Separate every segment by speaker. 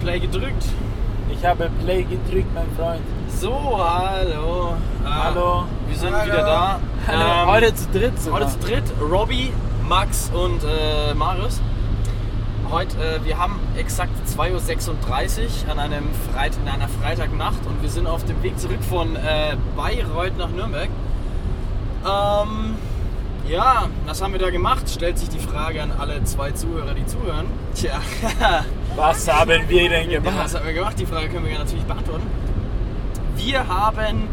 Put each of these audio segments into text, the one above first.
Speaker 1: Play gedrückt?
Speaker 2: Ich habe Play gedrückt, mein Freund.
Speaker 1: So, hallo. Ah,
Speaker 2: Hallo.
Speaker 1: Wir sind
Speaker 3: Hallo.
Speaker 1: wieder da. Ähm,
Speaker 2: heute zu dritt sogar.
Speaker 1: heute zu dritt. Robbie, Max und äh, Marius. Heute, äh, wir haben exakt 2.36 Uhr an einem Freit in einer Freitagnacht und wir sind auf dem Weg zurück von äh, Bayreuth nach Nürnberg. Ähm, ja, was haben wir da gemacht? Stellt sich die Frage an alle zwei Zuhörer, die zuhören. Tja,
Speaker 2: Was haben wir denn
Speaker 1: Ja, was
Speaker 2: gemacht?
Speaker 1: haben wir gemacht? Die Frage können wir ja natürlich beantworten. Wir haben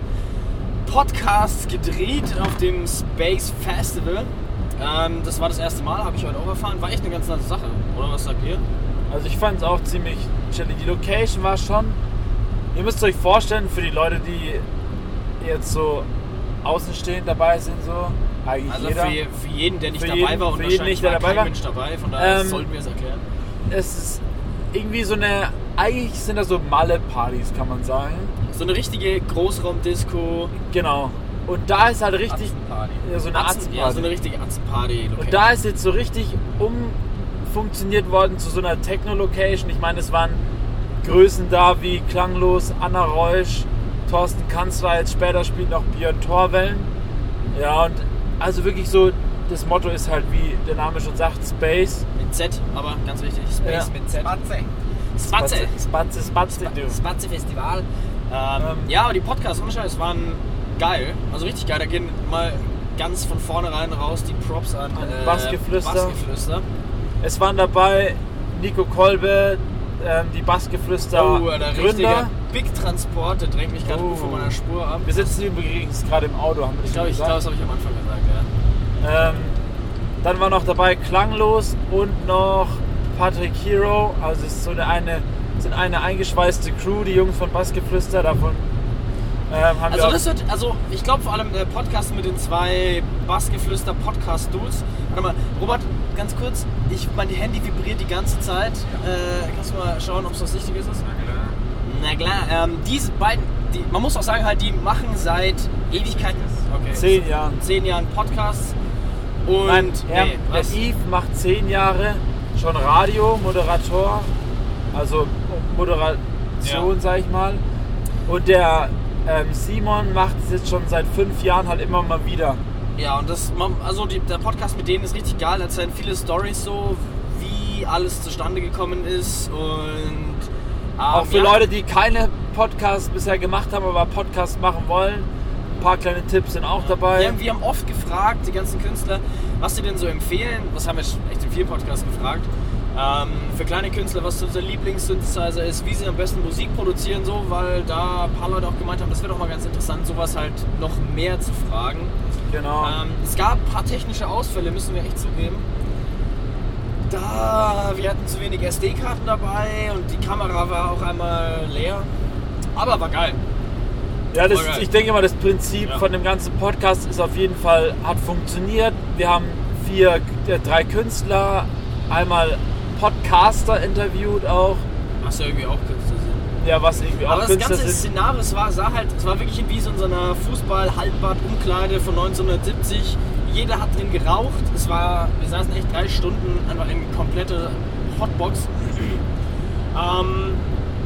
Speaker 1: Podcasts gedreht auf dem Space Festival. Ähm, das war das erste Mal, habe ich heute auch erfahren. War echt eine ganz nette Sache, oder was sagt ihr?
Speaker 2: Also ich fand es auch ziemlich chillig. Die Location war schon... Ihr müsst euch vorstellen, für die Leute, die jetzt so außenstehend dabei sind, so eigentlich
Speaker 1: Also
Speaker 2: jeder.
Speaker 1: für, für jeden, der nicht
Speaker 2: Für
Speaker 1: dabei
Speaker 2: jeden-
Speaker 1: war und
Speaker 2: für jeden,
Speaker 1: wahrscheinlich
Speaker 2: der
Speaker 1: war
Speaker 2: dabei
Speaker 1: kein
Speaker 2: war.
Speaker 1: Mensch dabei, von daher
Speaker 2: Ähm,
Speaker 1: sollten wir es erklären.
Speaker 2: Es ist irgendwie so eine... Eigentlich sind das so Malle-Partys, kann man sagen.
Speaker 1: So eine richtige Großraumdisco,
Speaker 2: Genau. Und da ist halt richtig...
Speaker 1: Atzenparty.
Speaker 2: Ja, so eine
Speaker 1: Atzen, ja, so
Speaker 2: Atzenparty.
Speaker 1: eine richtige Atzenparty.
Speaker 2: Und da ist jetzt so richtig umfunktioniert worden zu so einer Techno-Location. Ich meine, es waren Größen da wie Klanglos, Anna Reusch, Thorsten Kanzler, jetzt später spielt noch Björn Torwellen. Ja, und also wirklich so, das Motto ist halt, wie der Name schon sagt, Space.
Speaker 1: mit Z, aber ganz wichtig, Space
Speaker 2: Ja.
Speaker 1: mit Z.
Speaker 3: Matze.
Speaker 1: Spatze.
Speaker 2: Spatze, Spatze, du.
Speaker 1: Das Batze Festival. Ähm,
Speaker 2: Ähm.
Speaker 1: ja, aber die Podcasts, ohne Scheiß, waren geil. Also richtig geil. Da gehen mal ganz von vornherein raus die Props an äh,
Speaker 2: Bassgeflüster.
Speaker 1: Bassgeflüster.
Speaker 2: Es waren dabei Nico Kolbe, ähm, die Bassgeflüster,
Speaker 1: Oh, der richtige
Speaker 2: Gründer.
Speaker 1: Big Transport, der drängt mich gerade
Speaker 2: Oh.
Speaker 1: gut von meiner Spur ab.
Speaker 2: Wir sitzen übrigens gerade im Auto, haben wir
Speaker 1: Ich
Speaker 2: das
Speaker 1: glaube,
Speaker 2: schon
Speaker 1: ich
Speaker 2: gesagt?
Speaker 1: glaub, das habe ich am Anfang gesagt, ja.
Speaker 2: Ähm, dann war noch dabei Klanglos und noch Patrick Hero. Also es ist so eine, eine, sind eine eingeschweißte Crew, die Jungs von Bassgeflüster. Davon ähm, haben wir
Speaker 1: Also
Speaker 2: auch,
Speaker 1: das wird, also ich glaube vor allem der Podcast mit den zwei Bassgeflüster Podcast Dudes. Warte mal, Robert, ganz kurz, ich mein Handy vibriert die ganze Zeit. Äh, kannst du mal schauen, ob es was Richtiges ist? Na klar, ähm, diese beiden, die, man muss auch sagen, halt, die machen seit Ewigkeiten. Okay.
Speaker 2: Zehn Jahren.
Speaker 1: Zehn Jahren Podcasts. Und
Speaker 2: Nein, er,
Speaker 1: nee,
Speaker 2: der
Speaker 1: was?
Speaker 2: Yves macht zehn Jahre schon Radio, Moderator, also Moderation, sag ich mal. Und der ähm, Simon macht es jetzt schon seit fünf Jahren halt immer mal wieder.
Speaker 1: ja, und das, man, also die, der Podcast mit denen ist richtig geil. Er erzählt viele Stories so, wie alles zustande gekommen ist und ähm,
Speaker 2: Auch für
Speaker 1: ja.
Speaker 2: Leute, die keine Podcasts bisher gemacht haben, aber Podcasts machen wollen. Ein paar kleine Tipps sind auch dabei.
Speaker 1: Ja, wir haben oft gefragt, die ganzen Künstler, was sie denn so empfehlen. Was haben wir schon echt in vielen Podcasts gefragt? Ähm, für kleine Künstler, was so unser Lieblingssynthesizer ist, wie sie am besten Musik produzieren, so, weil da ein paar Leute auch gemeint haben, das wäre doch mal ganz interessant, sowas halt noch mehr zu fragen.
Speaker 2: Genau.
Speaker 1: Ähm, es gab ein paar technische Ausfälle, müssen wir echt zugeben. Da, wir hatten zu wenig SD-Karten dabei und die Kamera war auch einmal leer. Aber war geil.
Speaker 2: ja, das,
Speaker 1: voll geil.
Speaker 2: ich denke mal, das Prinzip
Speaker 1: Ja.
Speaker 2: von dem ganzen Podcast ist auf jeden Fall, hat funktioniert. Wir haben vier, äh, drei Künstler, einmal Podcaster interviewt auch.
Speaker 1: Was ja irgendwie auch Künstler sind.
Speaker 2: Ja, was irgendwie auch
Speaker 1: Aber das
Speaker 2: Künstler
Speaker 1: ganze
Speaker 2: sind.
Speaker 1: Szenario, es war, sah halt, es war wirklich wie so in so einer Fußball-Halbbad-Umkleide von 1970. Jeder hat drin geraucht. Es war, wir saßen echt drei Stunden einfach in komplette Hotbox. Ähm,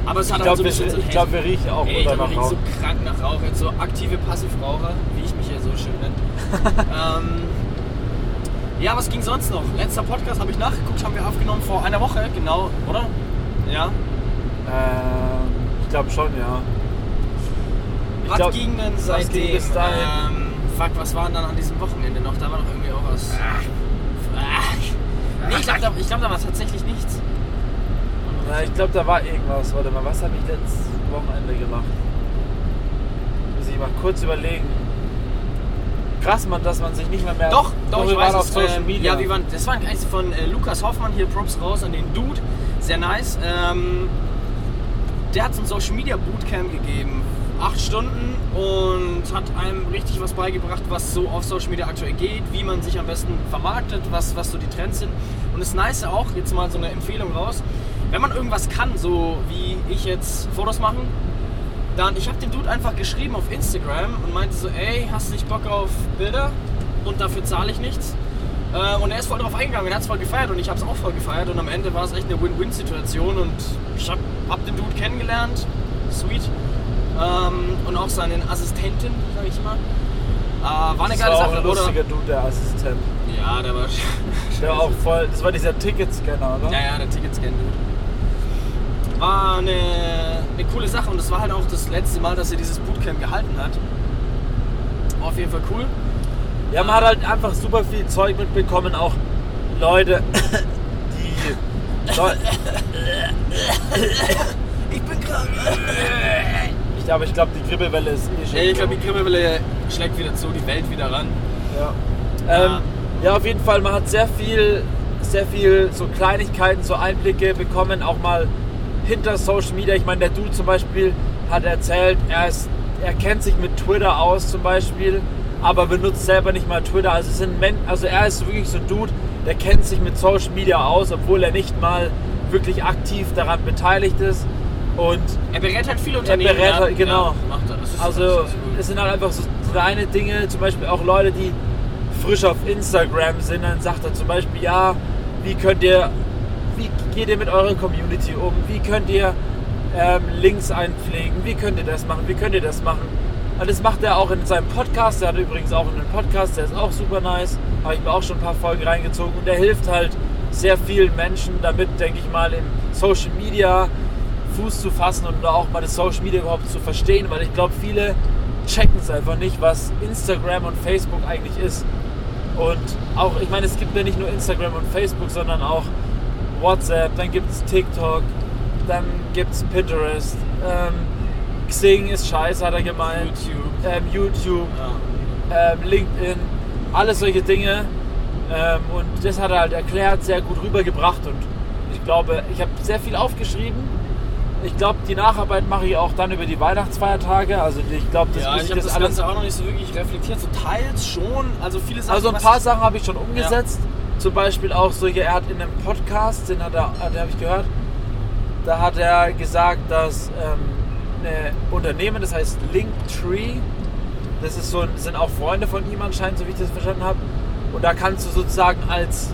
Speaker 1: aber es hat
Speaker 2: Ich
Speaker 1: halt
Speaker 2: glaube,
Speaker 1: so ein bisschen
Speaker 2: wir,
Speaker 1: so
Speaker 2: ich glaub, wir riechen auch
Speaker 1: Ey, ich
Speaker 2: oder
Speaker 1: glaube,
Speaker 2: nach
Speaker 1: ich rieche
Speaker 2: Rauch.
Speaker 1: so krank nach Rauch. Jetzt so aktive Passivraucher, wie ich mich ja so schön nenne. ähm, ja, was ging sonst noch? Letzter Podcast habe ich nachgeguckt, haben wir aufgenommen vor einer Woche, genau, oder? Ja.
Speaker 2: Ähm, ich glaube schon, ja. Ich
Speaker 1: was
Speaker 2: glaub,
Speaker 1: ging denn
Speaker 2: was
Speaker 1: seitdem?
Speaker 2: ging bis dahin?
Speaker 1: ähm, fuck, was war denn dann an diesem Wochenende noch? Da war doch irgendwie auch was. Ah. Nee, ich glaube, da, ich glaub, da war tatsächlich nichts.
Speaker 2: Na, ich glaube, da war irgendwas. Warte mal, was habe ich letztes Wochenende gemacht? Muss ich mal kurz überlegen. Krass, man, dass man sich nicht mehr mehr.
Speaker 1: Doch, doch,
Speaker 2: wir
Speaker 1: ich
Speaker 2: waren
Speaker 1: weiß
Speaker 2: auf
Speaker 1: es.
Speaker 2: Social
Speaker 1: Ähm,
Speaker 2: Media.
Speaker 1: Ja, wir waren, das war ein Geist von äh, Lukas Hoffmann, hier Props raus an den Dude, sehr nice. Ähm, der hat so ein Social Media Bootcamp gegeben, acht Stunden und hat einem richtig was beigebracht, was so auf Social Media aktuell geht, wie man sich am besten vermarktet, was, was so die Trends sind. Und das Nice auch, jetzt mal so eine Empfehlung raus, wenn man irgendwas kann, so wie ich jetzt Fotos machen, dann, ich habe dem Dude einfach geschrieben auf Instagram und meinte so, ey, hast du nicht Bock auf Bilder? Und dafür zahle ich nichts. Äh, und er ist voll drauf eingegangen, er hat es voll gefeiert und ich habe es auch voll gefeiert. Und am Ende war es echt eine Win-Win-Situation und ich habe hab den Dude kennengelernt, sweet. Ähm, und auch seinen Assistenten, sage ich mal. Äh, war eine
Speaker 2: das
Speaker 1: geile
Speaker 2: war auch
Speaker 1: Sache,
Speaker 2: ein
Speaker 1: oder?
Speaker 2: lustiger Dude, der Assistent.
Speaker 1: Ja, der war.
Speaker 2: Der war auch voll. Das war dieser Ticketscanner, oder?
Speaker 1: Ja, ja, der Ticketscan-Dude. War eine, eine coole Sache und das war halt auch das letzte Mal, dass er dieses Bootcamp gehalten hat. War auf jeden Fall cool.
Speaker 2: Ja, man hat halt einfach super viel Zeug mitbekommen, auch Leute, die. Leu-
Speaker 1: Ich bin krank.
Speaker 2: Ich glaube, ich glaube, die Grippewelle ist eh schon.
Speaker 1: Ey, ich glaube, die Grimmewelle schlägt wieder zu, die Welt wieder ran.
Speaker 2: Ja. Ähm, ja, auf jeden Fall, man hat sehr viel, sehr viel so Kleinigkeiten, so Einblicke bekommen, auch mal hinter Social Media. Ich meine, der Dude zum Beispiel hat erzählt, er, ist, er kennt sich mit Twitter aus zum Beispiel, aber benutzt selber nicht mal Twitter. Also, es sind Men also er ist wirklich so ein Dude, der kennt sich mit Social Media aus, obwohl er nicht mal wirklich aktiv daran beteiligt ist. Und
Speaker 1: Er berät halt viele Unternehmen.
Speaker 2: berät
Speaker 1: ja.
Speaker 2: halt, genau.
Speaker 1: Ja, macht er. Das ist
Speaker 2: also
Speaker 1: das ist gut.
Speaker 2: es sind halt einfach so kleine Dinge, zum Beispiel auch Leute, die frisch auf Instagram sind, dann sagt er zum Beispiel, ja, wie könnt ihr, wie geht ihr mit eurer Community um, wie könnt ihr ähm, Links einpflegen, wie könnt ihr das machen, wie könnt ihr das machen. Und das macht er auch in seinem Podcast, der hat übrigens auch einen Podcast, der ist auch super nice, habe ich mir auch schon ein paar Folgen reingezogen und der hilft halt sehr vielen Menschen damit, denke ich mal, in Social Media Fuß zu fassen und auch mal das Social Media überhaupt zu verstehen, weil ich glaube, viele checken es einfach nicht, was Instagram und Facebook eigentlich ist. Und auch, ich meine, es gibt ja nicht nur Instagram und Facebook, sondern auch WhatsApp, dann gibt es TikTok, dann gibt es Pinterest, ähm, Xing ist scheiße, hat er gemeint,
Speaker 1: YouTube.
Speaker 2: ähm, YouTube,
Speaker 1: Ja.
Speaker 2: ähm, LinkedIn, alles solche Dinge. Ähm, und das hat er halt erklärt, sehr gut rübergebracht. Und ich glaube, ich habe sehr viel aufgeschrieben. Ich glaube, die Nacharbeit mache ich auch dann über die Weihnachtsfeiertage. Also ich glaube, das
Speaker 1: ja,
Speaker 2: muss
Speaker 1: ich
Speaker 2: ich
Speaker 1: habe
Speaker 2: das,
Speaker 1: das
Speaker 2: alles.
Speaker 1: Ganze auch noch nicht so wirklich reflektiert. So teils schon, also viele Sachen.
Speaker 2: Also ein
Speaker 1: was
Speaker 2: paar
Speaker 1: ich-
Speaker 2: Sachen habe ich schon umgesetzt. Zum Beispiel auch solche, er hat in einem Podcast, den hat er, ah, den habe ich gehört, da hat er gesagt, dass ähm, ein Unternehmen, das heißt Linktree, das ist so, ein- sind auch Freunde von ihm anscheinend, so wie ich das verstanden habe. Und da kannst du sozusagen als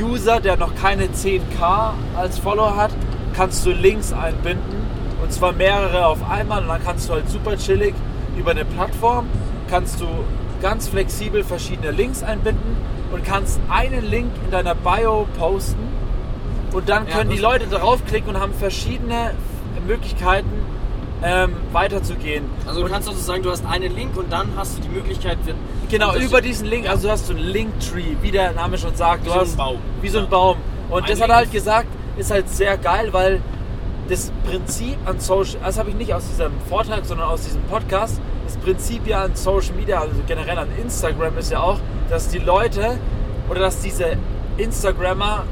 Speaker 2: User, der noch keine 10k als Follower hat, kannst du Links einbinden und zwar mehrere auf einmal und dann kannst du halt super chillig über eine Plattform kannst du ganz flexibel verschiedene Links einbinden und kannst einen Link in deiner Bio posten und dann
Speaker 1: Ja,
Speaker 2: können die
Speaker 1: das-
Speaker 2: Leute draufklicken und haben verschiedene Möglichkeiten ähm, weiterzugehen.
Speaker 1: Also du kannst also sagen, du hast einen Link und dann hast du die Möglichkeit, wir-
Speaker 2: Genau,
Speaker 1: das-
Speaker 2: über diesen Link, also du hast so einen Linktree, wie der Name schon sagt.
Speaker 1: Wie
Speaker 2: Du
Speaker 1: so ein
Speaker 2: hast,
Speaker 1: Baum.
Speaker 2: Wie so ein
Speaker 1: Ja.
Speaker 2: Baum. Und das
Speaker 1: Ein
Speaker 2: hat
Speaker 1: Link.
Speaker 2: er halt gesagt, ist halt sehr geil, weil das Prinzip an Social, das habe ich nicht aus diesem Vortrag, sondern aus diesem Podcast, das Prinzip ja an Social Media, also generell an Instagram ist ja auch, dass die Leute oder dass diese Instagrammer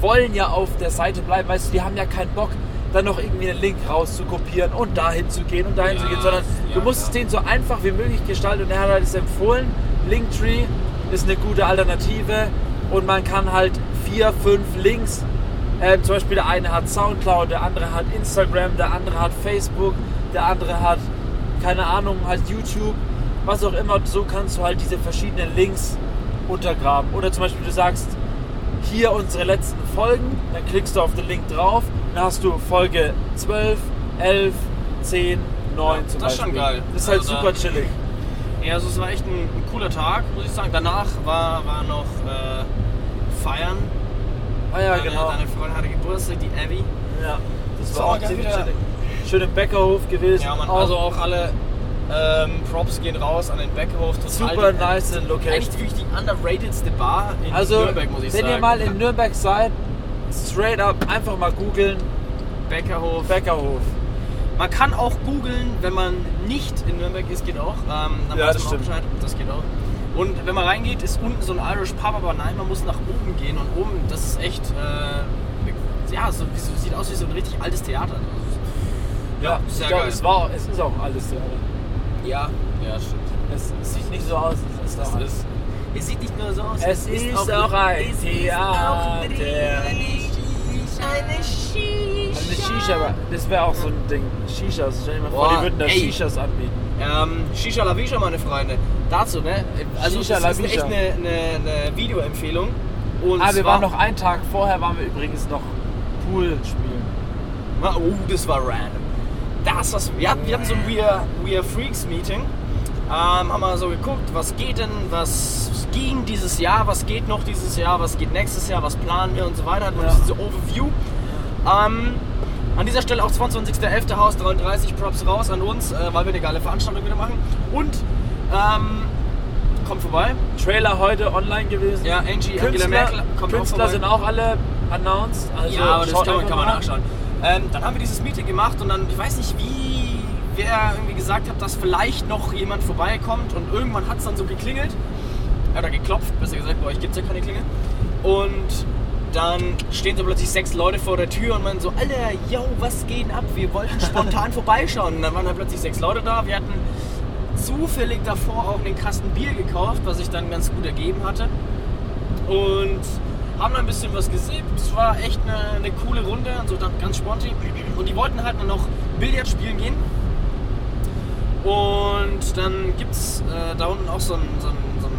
Speaker 2: wollen ja auf der Seite bleiben, weißt du, die haben ja keinen Bock, dann noch irgendwie einen Link rauszukopieren und dahin zu gehen und dahin zu
Speaker 1: Ja,
Speaker 2: gehen, sondern du
Speaker 1: ja,
Speaker 2: musst es
Speaker 1: ja.
Speaker 2: den den so einfach wie möglich gestalten und er hat halt es empfohlen. Linktree ist eine gute Alternative und man kann halt vier, fünf Links, ähm, zum Beispiel der eine hat Soundcloud, der andere hat Instagram, der andere hat Facebook, der andere hat, keine Ahnung, hat YouTube, was auch immer. So kannst du halt diese verschiedenen Links untergraben. Oder zum Beispiel du sagst, hier unsere letzten Folgen. Dann klickst du auf den Link drauf. Dann hast du Folge 12, 11, 10, 9
Speaker 1: Ja,
Speaker 2: zum
Speaker 1: das ist schon
Speaker 2: Beispiel.
Speaker 1: geil.
Speaker 2: Das ist halt
Speaker 1: Also da-
Speaker 2: super chillig.
Speaker 1: Ja, also es war echt ein, ein cooler Tag, muss ich sagen. Danach war, war noch äh, Feiern.
Speaker 2: Ah ja,
Speaker 1: deine,
Speaker 2: genau.
Speaker 1: deine Freundin hatte Geburtstag, die Abby.
Speaker 2: Ja, das
Speaker 1: So,
Speaker 2: war auch
Speaker 1: geil
Speaker 2: ziemlich
Speaker 1: wieder.
Speaker 2: chillig. Schön im Bäckerhof gewesen.
Speaker 1: Ja, man,
Speaker 2: auch
Speaker 1: also auch alle ähm, Props gehen raus an den Bäckerhof. Total
Speaker 2: super
Speaker 1: die-
Speaker 2: nice
Speaker 1: Eigentlich
Speaker 2: Location.
Speaker 1: wirklich die underratedste Bar in
Speaker 2: Also,
Speaker 1: Nürnberg, muss ich
Speaker 2: wenn
Speaker 1: sagen.
Speaker 2: ihr mal in Nürnberg seid, straight up einfach mal googeln
Speaker 1: Bäckerhof.
Speaker 2: Bäckerhof.
Speaker 1: Man kann auch googeln, wenn man nicht in Nürnberg ist, geht auch. Ähm, dann
Speaker 2: Ja,
Speaker 1: weiß
Speaker 2: das
Speaker 1: man auch
Speaker 2: stimmt.
Speaker 1: Bescheid, das geht auch. Und wenn man reingeht, ist unten so ein Irish Pub, aber nein, man muss nach oben gehen. Und oben, das ist echt, äh, ja, so, wie so, sieht aus wie so ein richtig altes Theater. Also, ja,
Speaker 2: ich
Speaker 1: sehr
Speaker 2: glaube,
Speaker 1: geil.
Speaker 2: es, war, es ist auch alles so. aber
Speaker 1: ja, ja, stimmt.
Speaker 2: Es sieht nicht so aus, es ist
Speaker 1: Das
Speaker 2: auch
Speaker 1: ist, es sieht nicht nur so aus.
Speaker 2: Es ist auch ein
Speaker 1: es ist
Speaker 2: Theater.
Speaker 1: auch richtig eine Shisha.
Speaker 2: Eine Also Shisha, aber das wäre auch so ein Ding. Shishas, stell dir mal vor,
Speaker 1: Boah,
Speaker 2: die würden da
Speaker 1: ey.
Speaker 2: Shishas anbieten.
Speaker 1: Ähm, Shisha La Vija, meine Freunde. Dazu, ne? Also,
Speaker 2: Shisha La
Speaker 1: das ist echt
Speaker 2: Vija.
Speaker 1: eine, eine, eine Videoempfehlung. Und
Speaker 2: Ah, wir
Speaker 1: zwar-
Speaker 2: waren noch einen Tag vorher, waren wir übrigens noch Pool spielen.
Speaker 1: Ah, Oh, das war random. Das, was wir hatten, wir hatten so ein We Are, We Are Freaks Meeting. Ähm, haben mal so geguckt, was geht denn, was ging dieses Jahr, was geht noch dieses Jahr, was geht nächstes Jahr, was planen wir und so weiter. Hatten wir
Speaker 2: Ja.
Speaker 1: diese Overview. Ähm, an dieser Stelle auch 22.11. Haus 33 Props raus an uns, äh, weil wir eine geile Veranstaltung wieder machen. Und ähm, kommt vorbei.
Speaker 2: Trailer heute online gewesen.
Speaker 1: Ja, Angie, Angela
Speaker 2: Künstler,
Speaker 1: Merkel kommt
Speaker 2: Künstler
Speaker 1: auch vorbei.
Speaker 2: sind auch alle announced. Also
Speaker 1: ja, aber das
Speaker 2: schaut
Speaker 1: kann man,
Speaker 2: einfach
Speaker 1: kann man
Speaker 2: mal.
Speaker 1: nachschauen. Ähm, dann haben wir dieses Meeting gemacht und dann, ich weiß nicht wie, wer irgendwie gesagt hat, dass vielleicht noch jemand vorbeikommt und irgendwann hat es dann so geklingelt. Oder geklopft, besser gesagt, bei euch gibt es ja keine Klingel. Und dann stehen so plötzlich sechs Leute vor der Tür und meinen so, Alter, yo, was geht ab? Wir wollten spontan vorbeischauen. Und dann waren da plötzlich sechs Leute da. Wir hatten zufällig davor auch einen Kasten Bier gekauft, was sich dann ganz gut ergeben hatte und haben dann ein bisschen was gesehen. Es war echt eine, eine coole Runde, und so dann ganz spontan. Und die wollten halt dann noch Billard spielen gehen. Und dann gibt es äh, da unten auch so einen so ein, so ein,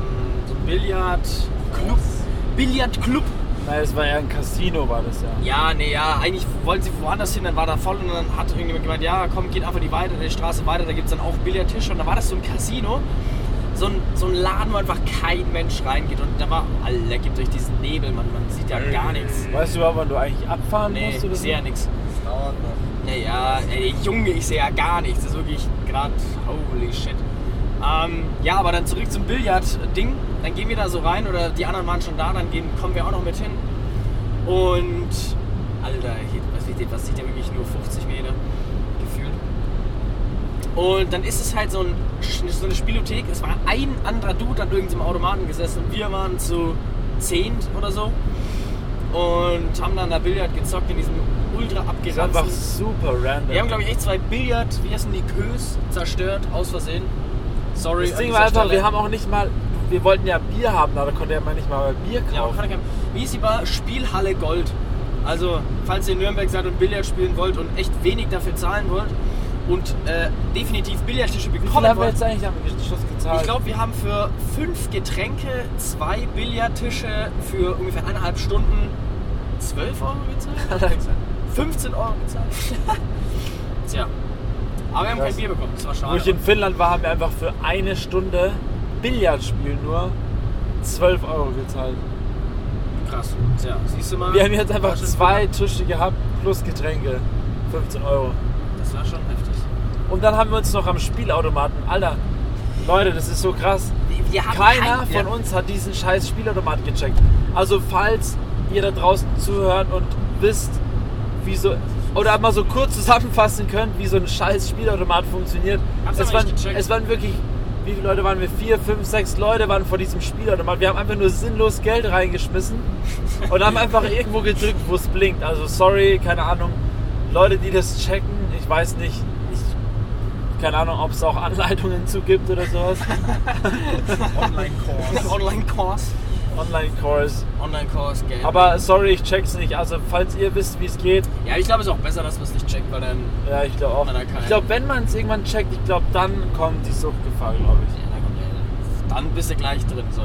Speaker 1: so ein Billard-Club. Billard-Club.
Speaker 2: Nein, es war eher ein Casino, war das ja.
Speaker 1: Ja, nee, ja, eigentlich wollten sie woanders hin, dann war da voll und dann hat irgendjemand gemeint, ja, komm, geht einfach die, weiter, die Straße weiter, da gibt es dann auch Billardtische und da war das so ein Casino, so ein, so ein Laden, wo einfach kein Mensch reingeht und da war, Alter, gibt euch diesen Nebel, man, man sieht ja gar nichts.
Speaker 2: Weißt du überhaupt, wann du eigentlich abfahren
Speaker 1: Nee,
Speaker 2: musst? Oder
Speaker 1: ich
Speaker 2: so?
Speaker 1: sehe ja nichts. Naja, ey, Junge, ich sehe ja gar nichts, das ist wirklich gerade, holy shit. Ähm, ja, aber dann zurück zum Billard-Ding, dann gehen wir da so rein oder die anderen waren schon da, dann gehen, kommen wir auch noch mit hin. Und Alter, hier, was sieht der, was sieht der wirklich nur 50 Meter gefühlt. Und dann ist es halt so, ein, so eine Spielothek. Es war ein anderer Dude an irgendeinem Automaten gesessen und wir waren zu zehnt oder so. Und haben dann da Billard gezockt in diesem ultra
Speaker 2: Das ist einfach
Speaker 1: abgeranzten.
Speaker 2: super random.
Speaker 1: Wir haben, glaube ich, echt zwei Billard, wie heißen die, Kös zerstört, aus Versehen. Sorry.
Speaker 2: das
Speaker 1: an
Speaker 2: Ding
Speaker 1: dieser
Speaker 2: war einfach,
Speaker 1: Stelle.
Speaker 2: wir haben auch nicht mal, wir wollten ja Bier haben, aber da konnte ja man nicht mal Bier
Speaker 1: Ja, aber
Speaker 2: kaufen.
Speaker 1: kann ich- Wie ist die Bar? Spielhalle Gold. Also, falls ihr in Nürnberg seid und Billard spielen wollt und echt wenig dafür zahlen wollt und äh, definitiv Billardtische
Speaker 2: Wie viel
Speaker 1: bekommen
Speaker 2: haben wir
Speaker 1: wollt.
Speaker 2: jetzt eigentlich am Schluss gezahlt?
Speaker 1: Ich glaube, wir haben für fünf Getränke, zwei Billardtische für ungefähr eineinhalb Stunden 12 Euro gezahlt?
Speaker 2: Langsam.
Speaker 1: 15 Euro gezahlt? Tja. Aber wir haben
Speaker 2: Krass.
Speaker 1: kein Bier bekommen, das war
Speaker 2: Wo
Speaker 1: schade.
Speaker 2: ich in Finnland war, haben wir einfach für eine Stunde Billardspiel nur 12 Euro gezahlt.
Speaker 1: Krass. Tja, siehst du mal.
Speaker 2: Wir haben jetzt einfach
Speaker 1: war schon-
Speaker 2: zwei Tische gehabt plus Getränke. 15 Euro.
Speaker 1: Das war schon heftig.
Speaker 2: Und dann haben wir uns noch am Spielautomaten. Alter, Leute, das ist so krass.
Speaker 1: Wir haben
Speaker 2: Keiner
Speaker 1: kein-
Speaker 2: von
Speaker 1: ja.
Speaker 2: uns hat diesen scheiß Spielautomat gecheckt. Also falls ihr da draußen zuhört und wisst, wie so oder mal so kurz zusammenfassen könnt, wie so ein scheiß Spielautomat funktioniert.
Speaker 1: Hab's
Speaker 2: Es
Speaker 1: aber
Speaker 2: waren,
Speaker 1: nicht gecheckt.
Speaker 2: es waren wirklich, wie viele Leute waren wir? Vier, fünf, sechs Leute waren vor diesem Spielautomat. Wir haben einfach nur sinnlos Geld reingeschmissen und haben einfach irgendwo gedrückt, wo es blinkt. Also sorry, keine Ahnung. Leute, die das checken, ich weiß nicht. Ich, keine Ahnung, ob es auch Anleitungen zu gibt oder sowas.
Speaker 3: Online-Kurs.
Speaker 1: Online-Kurs.
Speaker 2: Online-Kurs.
Speaker 1: Online-Kurs, Game.
Speaker 2: Aber sorry, ich check's nicht. Also, falls ihr wisst, wie es geht,
Speaker 1: ja, ich glaube, es ist auch besser, dass wir es nicht checken, weil dann.
Speaker 2: ja, ich glaube auch.
Speaker 1: Na, da kann
Speaker 2: Ich glaube, wenn man es irgendwann checkt, ich glaube, dann kommt die Suchtgefahr, glaube
Speaker 1: Ja,
Speaker 2: ich.
Speaker 1: dann kommt der- Dann bist du gleich drin. So.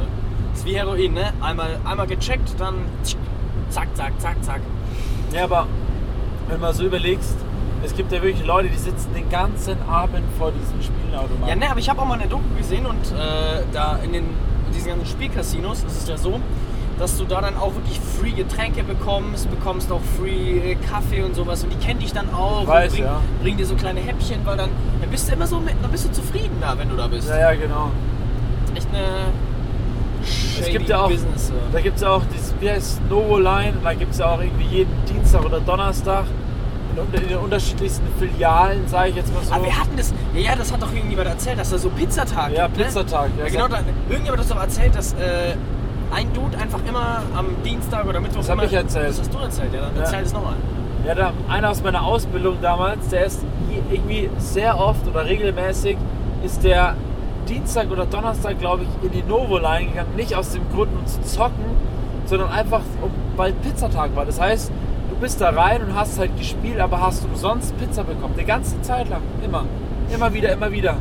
Speaker 1: Ist wie Heroin, ne? Einmal, einmal gecheckt, dann tsch, zack, zack, zack, zack.
Speaker 2: Ja, aber wenn man so überlegst, es gibt ja wirklich Leute, die sitzen den ganzen Abend vor diesen Spielautomaten.
Speaker 1: Ja, ne, aber ich habe auch mal eine Doku gesehen und äh, da in den in diesen ganzen Spielcasinos ist es ja so, dass du da dann auch wirklich free Getränke bekommst, bekommst auch free äh, Kaffee und sowas und die kennen dich dann auch
Speaker 2: Weiß,
Speaker 1: und bringen
Speaker 2: ja.
Speaker 1: bringen dir so kleine Häppchen, weil dann, dann bist du immer so mit, dann bist du zufrieden da, wenn du da bist.
Speaker 2: Ja, ja, genau.
Speaker 1: Echt eine
Speaker 2: Es
Speaker 1: shady
Speaker 2: gibt ja auch,
Speaker 1: Business. äh.
Speaker 2: da gibt es ja auch dieses, wie heißt es, Novo Line, da gibt es ja auch irgendwie jeden Dienstag oder Donnerstag in, unter- in den unterschiedlichsten Filialen, sage ich jetzt mal so.
Speaker 1: Aber Ah, wir hatten das, ja, ja, das hat doch irgendjemand erzählt, dass da so Pizzatag
Speaker 2: Ja,
Speaker 1: gibt. ne?
Speaker 2: Pizzatag, ja,
Speaker 1: ja. Genau,
Speaker 2: sag-
Speaker 1: da, irgendjemand hat doch erzählt, dass äh, ein Dude einfach immer am Dienstag oder Mittwoch.
Speaker 2: Das hab
Speaker 1: immer-
Speaker 2: ich erzählt.
Speaker 1: Das hast du erzählt, ja, dann
Speaker 2: Ja.
Speaker 1: erzähl das nochmal.
Speaker 2: Ja, da, einer aus meiner Ausbildung damals, der ist je- irgendwie sehr oft oder regelmäßig, ist der Dienstag oder Donnerstag, glaube ich, in die Novo-Line gegangen. Nicht aus dem Grund, um zu zocken, sondern einfach, um, weil Pizzatag war. Das heißt, du bist da rein und hast halt gespielt, aber hast umsonst Pizza bekommen. Die ganze Zeit lang. Immer. Immer wieder, immer wieder.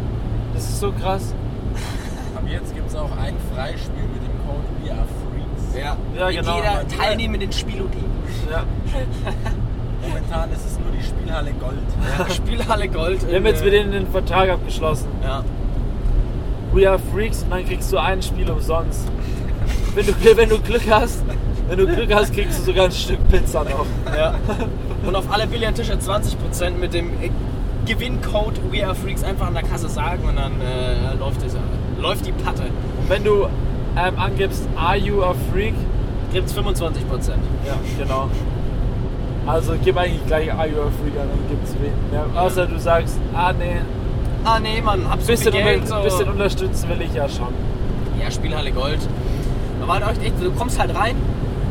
Speaker 2: Das ist so krass.
Speaker 3: Ab jetzt gibt es auch ein Freispiel mit dem Code We Are Freaks.
Speaker 1: Ja,
Speaker 2: Ja, genau.
Speaker 1: Jeder teilnehmenden Spielogie.
Speaker 2: Ja.
Speaker 3: Momentan ist es nur die Spielhalle Gold.
Speaker 1: Spielhalle Gold.
Speaker 2: Wir haben
Speaker 3: Äh,
Speaker 2: jetzt mit denen den Vertrag abgeschlossen.
Speaker 1: Ja.
Speaker 2: We are Freaks und dann kriegst du ein Spiel umsonst. Wenn du, wenn du Glück hast, wenn du Glück hast, kriegst du sogar ein Stück Pizza noch.
Speaker 1: Ja. Und auf alle Billardtische 20% mit dem äh, Gewinncode We Are Freaks einfach an der Kasse sagen und dann äh, läuft, das, läuft die Patte.
Speaker 2: Wenn du ähm, angibst, are you a freak?
Speaker 1: Gibt's 25%.
Speaker 2: Ja, genau. Also gib eigentlich gleich are you a freak an, dann gibt's wen. Ja, außer du sagst, ah nee,
Speaker 1: Ah nee, Mann, hab's
Speaker 2: ein bisschen,
Speaker 1: Geld,
Speaker 2: unter, bisschen unterstützen will ich ja schon.
Speaker 1: Ja, Spielhalle Gold. Da war halt echt, du kommst halt rein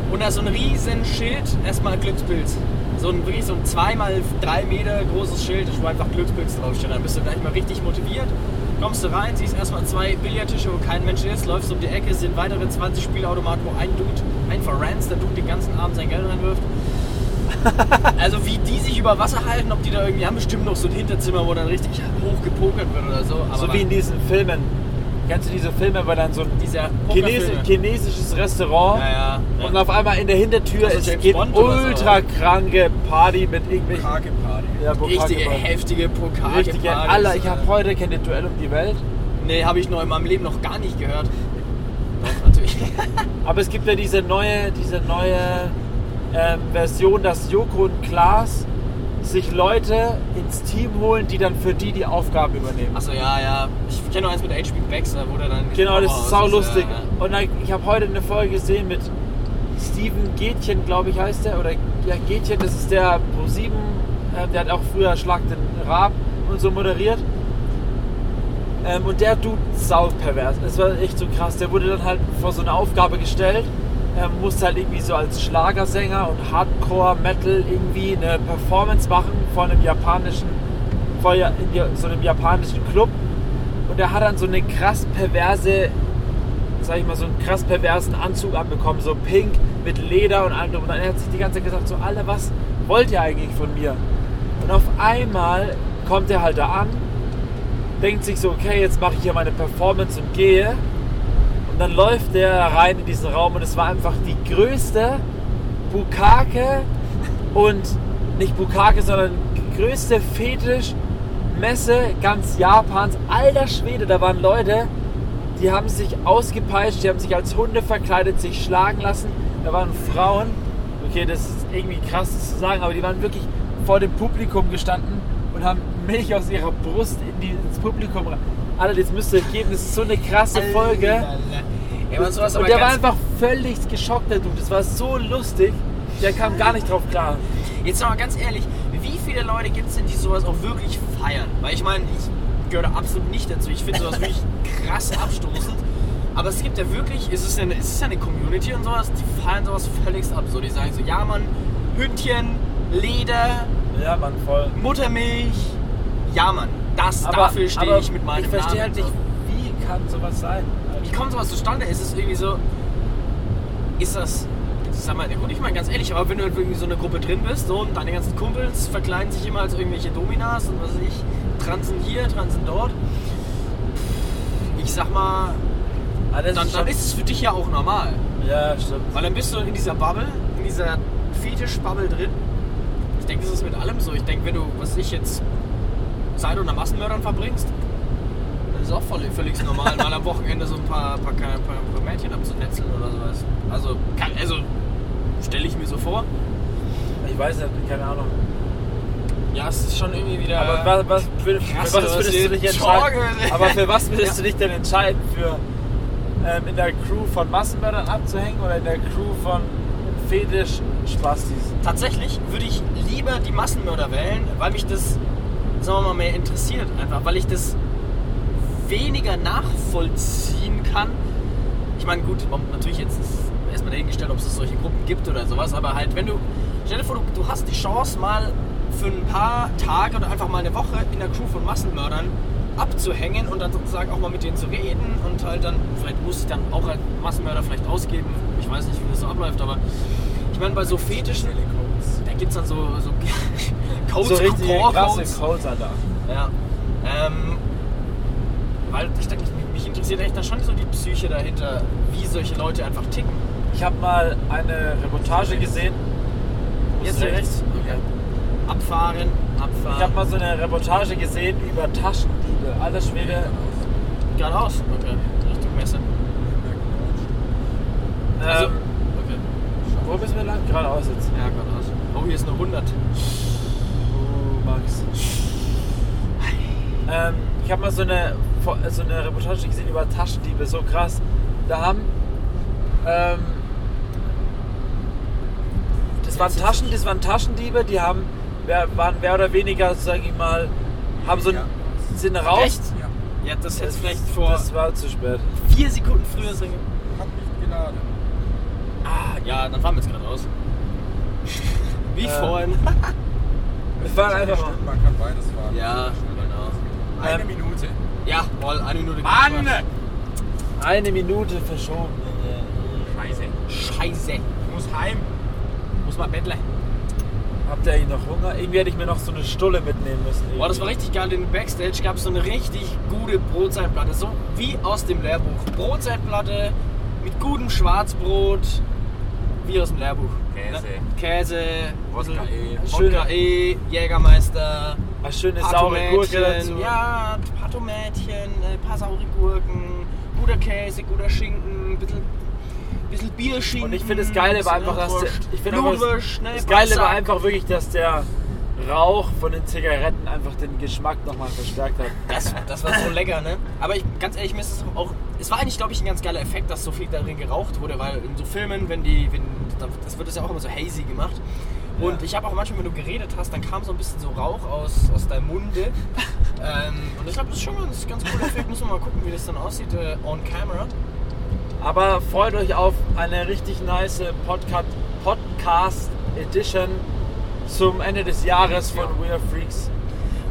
Speaker 1: und da ist so ein riesen Schild, erstmal Glückspilz. So ein wirklich so ein 2x3 Meter großes Schild, wo einfach Glückspilz draufsteht. Dann bist du gleich mal richtig motiviert. Kommst du rein, siehst erstmal zwei Billardtische, wo kein Mensch ist, läufst um die Ecke, sind weitere 20 Spielautomaten, wo ein Dude, ein Verranz, der Dude den ganzen Abend sein Geld reinwirft. Also wie die sich über Wasser halten, ob die da irgendwie haben bestimmt noch so ein Hinterzimmer, wo dann richtig hoch gepokert wird oder so. Aber
Speaker 2: so wie in diesen Filmen. Kennst du diese Filme, weil dann so ein
Speaker 1: dieser
Speaker 2: Chinesi
Speaker 1: Pokerfilme.
Speaker 2: chinesisches Restaurant
Speaker 1: Ja, ja, ja.
Speaker 2: und auf einmal in der Hintertür
Speaker 1: Also
Speaker 2: es
Speaker 1: James
Speaker 2: geht
Speaker 1: Bond oder so.
Speaker 2: ultra kranke Party mit irgendwelchen
Speaker 3: Krake Party.
Speaker 2: ja,
Speaker 1: Richtige,
Speaker 2: Pokal-
Speaker 1: heftige Pokal.
Speaker 2: Richtige, Alter, ich habe heute kennt ihr Duell um die Welt,
Speaker 1: Nee, habe ich noch in meinem Leben noch gar nicht gehört. Doch, natürlich.
Speaker 2: aber es gibt ja diese neue, diese neue ähm, Version, dass Joko und Klaas sich Leute ins Team holen, die dann für die die Aufgaben übernehmen.
Speaker 1: Achso, ja, ja. Ich kenne noch eins mit HP Baxter, wo der dann.
Speaker 2: Genau, das
Speaker 1: Oh,
Speaker 2: ist äh, sau lustig.
Speaker 1: ja, ja.
Speaker 2: Und dann, ich habe heute eine Folge gesehen mit Steven Gätchen, glaube ich, heißt der. Oder ja, Gätchen, das ist der Pro7, äh, der hat auch früher Schlag den Raab und so moderiert. Ähm, und der Dude sau pervers. Das war echt so krass. Der wurde dann halt vor so eine Aufgabe gestellt. Ähm, musste halt irgendwie so als Schlagersänger und Hardcore-Metal irgendwie eine Performance machen vor einem japanischen, vor ja- in ja- so einem japanischen Club. Und er hat dann so eine krass perverse, sag ich mal, so einen krass perversen Anzug anbekommen, so pink mit Leder und allem. drum. Und dann hat sich die ganze Zeit gesagt, so Alter, was wollt ihr eigentlich von mir? Und auf einmal kommt er halt da an, denkt sich so, okay, jetzt mache ich hier meine Performance und gehe. Und dann läuft der rein in diesen Raum und es war einfach die größte Bukake und nicht Bukake, sondern die größte Fetisch Messe ganz Japans. Alter Schwede, da waren Leute, die haben sich ausgepeitscht, die haben sich als Hunde verkleidet, sich schlagen lassen. Da waren Frauen, okay, das ist irgendwie krass das zu sagen, aber die waren wirklich vor dem Publikum gestanden und haben Milch aus ihrer Brust in die, ins Publikum rein. Alter, das müsst ihr euch geben, das ist so eine krasse Folge.
Speaker 1: Ja, man, sowas aber
Speaker 2: Und der war
Speaker 1: ganz,
Speaker 2: einfach völlig geschockt, der Dude. Das war so lustig. Der kam gar nicht drauf klar.
Speaker 1: Jetzt mal ganz ehrlich, wie viele Leute gibt es denn, die sowas auch wirklich feiern? Weil ich meine, ich gehöre da absolut nicht dazu. Ich finde sowas wirklich krass abstoßend. Aber es gibt ja wirklich, es ist ja eine, es ist ja eine Community und sowas, die feiern sowas völlig ab. So, die sagen so, ja Mann, Hündchen, Leder,
Speaker 2: Ja, Mann, voll.
Speaker 1: Muttermilch, ja Mann, das, dafür stehe ich mit meinem
Speaker 2: Ich verstehe halt
Speaker 1: Namen.
Speaker 2: nicht, wie kann sowas sein?
Speaker 1: Wie kommt sowas zustande? Ist es irgendwie so, ist das, sag mal, gut, ich meine ganz ehrlich, aber wenn du halt irgendwie so eine Gruppe drin bist so, und deine ganzen Kumpels verkleiden sich immer als irgendwelche Dominas und was weiß ich, transen hier, transen dort. Ich sag mal,
Speaker 2: Ah, das
Speaker 1: dann, dann ist es für dich ja auch normal.
Speaker 2: schon- ja, stimmt.
Speaker 1: Weil dann bist du in dieser Bubble, in dieser Fetisch-Bubble drin. Ich denke, das ist mit allem so. Ich denke, wenn du, was weiß ich jetzt, Zeit unter Massenmördern verbringst, dann ist es auch voll, völlig normal, mal am Wochenende so ein paar, paar, paar, paar Mädchen abzunetzeln oder sowas. Also, kann, also stelle ich mir so vor.
Speaker 2: Ich weiß nicht, keine Ahnung.
Speaker 1: Ja, es ist schon irgendwie wieder.
Speaker 2: Aber was, was, für, für
Speaker 1: Krass,
Speaker 2: was
Speaker 1: was
Speaker 2: würdest
Speaker 1: die
Speaker 2: du dich entscheiden?
Speaker 1: Sorge-
Speaker 2: Aber für was würdest du dich denn entscheiden? Für ähm, in der Crew von Massenmördern abzuhängen oder in der Crew von Fetisch-Spastis?
Speaker 1: Tatsächlich würde ich lieber die Massenmörder wählen, weil mich das, sagen wir mal, mehr interessiert. Einfach, weil ich das weniger nachvollziehen kann. Ich meine, gut, man- natürlich jetzt ist erstmal dahingestellt, ob es solche Gruppen gibt oder sowas, aber halt, wenn du, stell dir vor, du, du hast die Chance, mal für ein paar Tage oder einfach mal eine Woche in der Crew von Massenmördern abzuhängen und dann sozusagen auch mal mit denen zu reden und halt dann, vielleicht muss ich dann auch als Massenmörder vielleicht ausgeben, ich weiß nicht, wie das so abläuft, aber ich meine, bei so Fetischen,
Speaker 3: Telecodes.
Speaker 1: da gibt es dann so, so Codes,
Speaker 2: so richtig
Speaker 1: Core
Speaker 2: krasse
Speaker 1: Codes.
Speaker 2: Codes, Alter.
Speaker 1: Ja. Ähm, weil da steckt, mich interessiert echt da schon so die Psyche dahinter, wie solche Leute einfach ticken.
Speaker 2: Ich habe mal eine Reportage gesehen.
Speaker 1: Jetzt rechts. Okay. Abfahren, abfahren.
Speaker 2: Ich habe mal so eine Reportage gesehen über Taschendiebe. Alter Schwede.
Speaker 1: geradeaus. Okay. Richtung Messe.
Speaker 2: Ähm,
Speaker 1: Also, okay.
Speaker 2: wo müssen wir lang? Geradeaus jetzt.
Speaker 1: Ja, geradeaus. Oh, hier ist eine 100.
Speaker 2: Oh, Max. Ähm, ich habe mal so eine, so eine Reportage gesehen über Taschendiebe, so krass. Da haben. Ähm, das, waren Taschen, das waren Taschendiebe, die haben, wer- waren mehr oder weniger, sage ich mal, haben so ein,
Speaker 3: Ja.
Speaker 2: sind raus.
Speaker 1: Echt?
Speaker 3: Ja,
Speaker 1: Ja, das
Speaker 2: Das-
Speaker 1: hätte vielleicht vor
Speaker 2: Das war zu spät.
Speaker 1: vier Sekunden früher sein.
Speaker 3: hat mich geladen.
Speaker 1: Ah, ja, dann fahren wir jetzt geradeaus. Wie
Speaker 2: Äh,
Speaker 1: vorhin.
Speaker 2: Wir fahren einfach mal.
Speaker 3: Man kann beides fahren.
Speaker 1: Ja, genau.
Speaker 3: Eine
Speaker 2: Ähm,
Speaker 3: Minute.
Speaker 1: Ja, voll, eine Minute.
Speaker 2: Eine Minute verschoben.
Speaker 3: Scheiße.
Speaker 1: Scheiße.
Speaker 3: Ich muss heim.
Speaker 1: Muss mal betteln.
Speaker 2: Habt ihr eigentlich noch Hunger? Irgendwie hätte ich mir noch so eine Stulle mitnehmen müssen.
Speaker 1: Boah, das war richtig geil. In Backstage gab es so eine richtig gute Brotzeitplatte. So wie aus dem Lehrbuch. Brotzeitplatte mit gutem Schwarzbrot. Wie aus dem Lehrbuch.
Speaker 3: Käse.
Speaker 1: Ne? Käse.
Speaker 3: Wodka E.
Speaker 1: Wodka E. Jägermeister.
Speaker 2: Eine schöne saure Gurke dazu.
Speaker 1: Ja, ein paar Tomätchen, äh, ein paar saure Gurken. Guter Käse, guter Schinken. Ein bisschen, bisschen Bierschinken.
Speaker 2: Und ich finde das Geile war einfach, dass der, ich finde aber das,
Speaker 1: Blutwurst, ne,
Speaker 2: das Geile war
Speaker 1: Bratsack.
Speaker 2: einfach wirklich, dass der Rauch von den Zigaretten einfach den Geschmack nochmal verstärkt hat.
Speaker 1: Das, das war so lecker, ne? Aber ich, ganz ehrlich, mir ist es auch. Es war eigentlich, glaube ich, ein ganz geiler Effekt, dass so viel darin geraucht wurde, weil in so Filmen, wenn die. Wenn, das wird das ja auch immer so hazy gemacht. Und
Speaker 2: Ja.
Speaker 1: ich habe auch manchmal, wenn du geredet hast, dann kam so ein bisschen so Rauch aus, aus deinem Munde. ähm, und ich glaube, das ist schon mal ein ganz cooler Effekt. Müssen wir mal gucken, wie das dann aussieht äh, on camera.
Speaker 2: Aber freut euch auf eine richtig nice Podcast, Podcast Edition zum Ende des Jahres von We Are Freaks.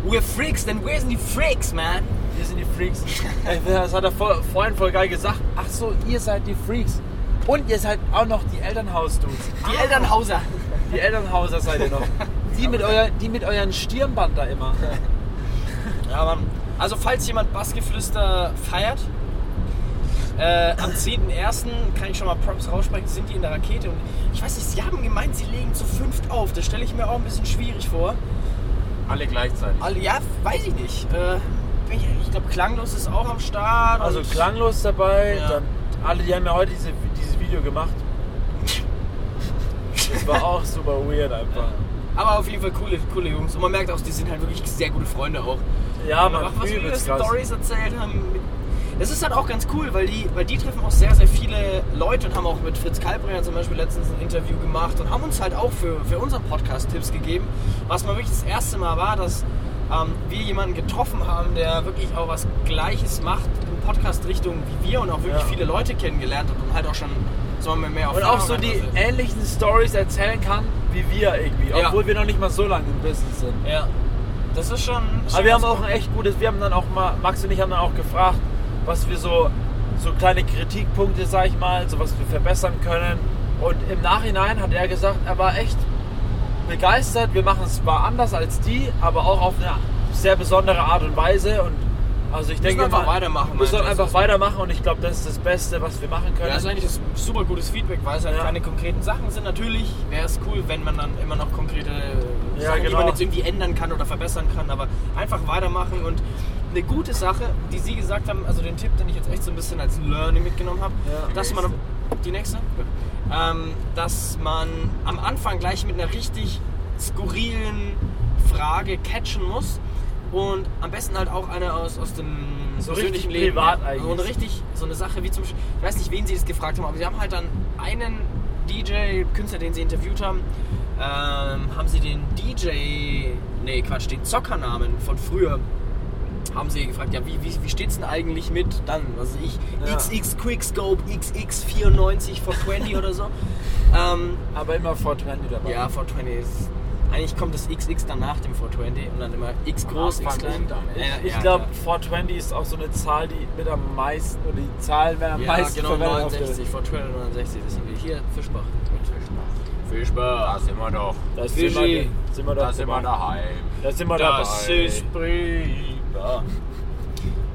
Speaker 1: We're Freaks, then where's the Freaks, man?
Speaker 2: Wir sind die Freaks. Ey, Das hat er vor, vorhin voll geil gesagt. Ach so, ihr seid die Freaks. Und ihr seid auch noch die Elternhaus-Dudes.
Speaker 1: Die Elternhauser.
Speaker 2: Die Elternhauser seid ihr noch. Die mit, euer, die mit euren Stirnband da immer.
Speaker 1: Ja, Mann. Also, falls jemand Bassgeflüster feiert, äh, am 10.01. kann ich schon mal Props raussprechen, sind die in der Rakete. Und ich weiß nicht, sie haben gemeint, sie legen zu fünft auf. Das stelle ich mir auch ein bisschen schwierig vor.
Speaker 3: Alle gleichzeitig.
Speaker 1: Also, ja, weiß ich nicht. Äh, bin ich ich glaube, Klanglos ist auch am Start.
Speaker 2: Also
Speaker 1: und-
Speaker 2: klanglos dabei.
Speaker 1: Ja.
Speaker 2: Dann alle, die haben ja heute diese, dieses Video gemacht. Das war auch super weird einfach.
Speaker 1: Aber auf jeden Fall coole, coole Jungs. Und man merkt auch, die sind halt wirklich sehr gute Freunde auch.
Speaker 2: Ja,
Speaker 1: Aber
Speaker 2: man,
Speaker 1: was wir über
Speaker 2: übelst krass.
Speaker 1: Stories erzählt haben. mit- Das ist halt auch ganz cool, weil die, weil die treffen auch sehr, sehr viele Leute und haben auch mit Fritz Kalbrenner zum Beispiel letztens ein Interview gemacht und haben uns halt auch für, für unseren Podcast Tipps gegeben. Was mal wirklich das erste Mal war, dass ähm, wir jemanden getroffen haben, der wirklich auch was Gleiches macht in Podcast-Richtung wie wir und auch wirklich
Speaker 2: Ja.
Speaker 1: viele Leute kennengelernt hat und halt auch schon so mal mehr auf
Speaker 2: Und auch so
Speaker 1: Erfahrung
Speaker 2: die
Speaker 1: hat.
Speaker 2: ähnlichen Stories erzählen kann wie wir irgendwie.
Speaker 1: Ja.
Speaker 2: Obwohl wir noch nicht mal so lange im Business sind.
Speaker 1: Ja, das ist schon. schon
Speaker 2: Aber wir haben
Speaker 1: was
Speaker 2: auch ein echt gutes, wir haben dann auch mal, Max und ich haben dann auch gefragt, was wir so, so kleine Kritikpunkte, sag ich mal, so was wir verbessern können. Und im Nachhinein hat er gesagt, er war echt begeistert. Wir machen es zwar anders als die, aber auch auf eine sehr besondere Art und Weise. Und also ich
Speaker 1: Müssen
Speaker 2: denke,
Speaker 1: wir einfach
Speaker 2: mal,
Speaker 1: weitermachen,
Speaker 2: Wir müssen
Speaker 1: meinte er.
Speaker 2: einfach weitermachen und ich glaube, das ist das Beste, was wir machen können.
Speaker 1: Ja, das ist eigentlich das super gutes Feedback, weil es halt
Speaker 2: Ja.
Speaker 1: keine konkreten Sachen sind. Natürlich wäre es cool, wenn man dann immer noch konkrete
Speaker 2: Ja,
Speaker 1: Sachen, die
Speaker 2: genau.
Speaker 1: man jetzt irgendwie ändern kann oder verbessern kann, aber einfach weitermachen und eine gute Sache, die Sie gesagt haben, also den Tipp, den ich jetzt echt so ein bisschen als Learning mitgenommen habe,
Speaker 2: Ja.
Speaker 1: dass
Speaker 3: Die
Speaker 1: man die nächste, ähm, dass man am Anfang gleich mit einer richtig skurrilen Frage catchen muss und am besten halt auch eine aus, aus dem
Speaker 2: So
Speaker 1: persönlichen
Speaker 2: richtig
Speaker 1: Leben.
Speaker 2: privat
Speaker 1: ja.
Speaker 2: eigentlich.
Speaker 1: So eine richtig, so eine Sache wie zum Beispiel, ich weiß nicht, wen sie das gefragt haben, aber sie haben halt dann einen DJ, Künstler, den sie interviewt haben, ähm, haben sie den DJ, nee, Quatsch, den Zockernamen von früher, haben sie gefragt, ja, wie, wie, wie steht's denn eigentlich mit dann, was weiß ich,
Speaker 2: Ja.
Speaker 1: XX Quickscope, XX94 for 20 oder so. Ähm,
Speaker 2: aber immer 420 dabei.
Speaker 1: ja, 420 ist. Eigentlich kommt das XX dann nach dem 420 und dann immer X groß, X
Speaker 3: fang
Speaker 1: klein.
Speaker 3: ich damit.
Speaker 1: Ja,
Speaker 2: Ich
Speaker 1: ja,
Speaker 2: glaube, 420 ist auch so eine Zahl, die mit am meisten, oder die Zahlen werden am
Speaker 1: Ja,
Speaker 2: meisten
Speaker 1: genau,
Speaker 2: verwendet. auf der-
Speaker 1: 69, vor 1269, das sind wir hier, Fischbach. Viel Spaß.
Speaker 3: sind wir doch.
Speaker 2: Da
Speaker 1: Fischi.
Speaker 2: sind wir, sind wir
Speaker 3: Da
Speaker 2: doch
Speaker 3: sind wir
Speaker 2: dabei.
Speaker 3: daheim.
Speaker 2: Da sind wir
Speaker 1: Das
Speaker 2: dabei.
Speaker 1: ist prima.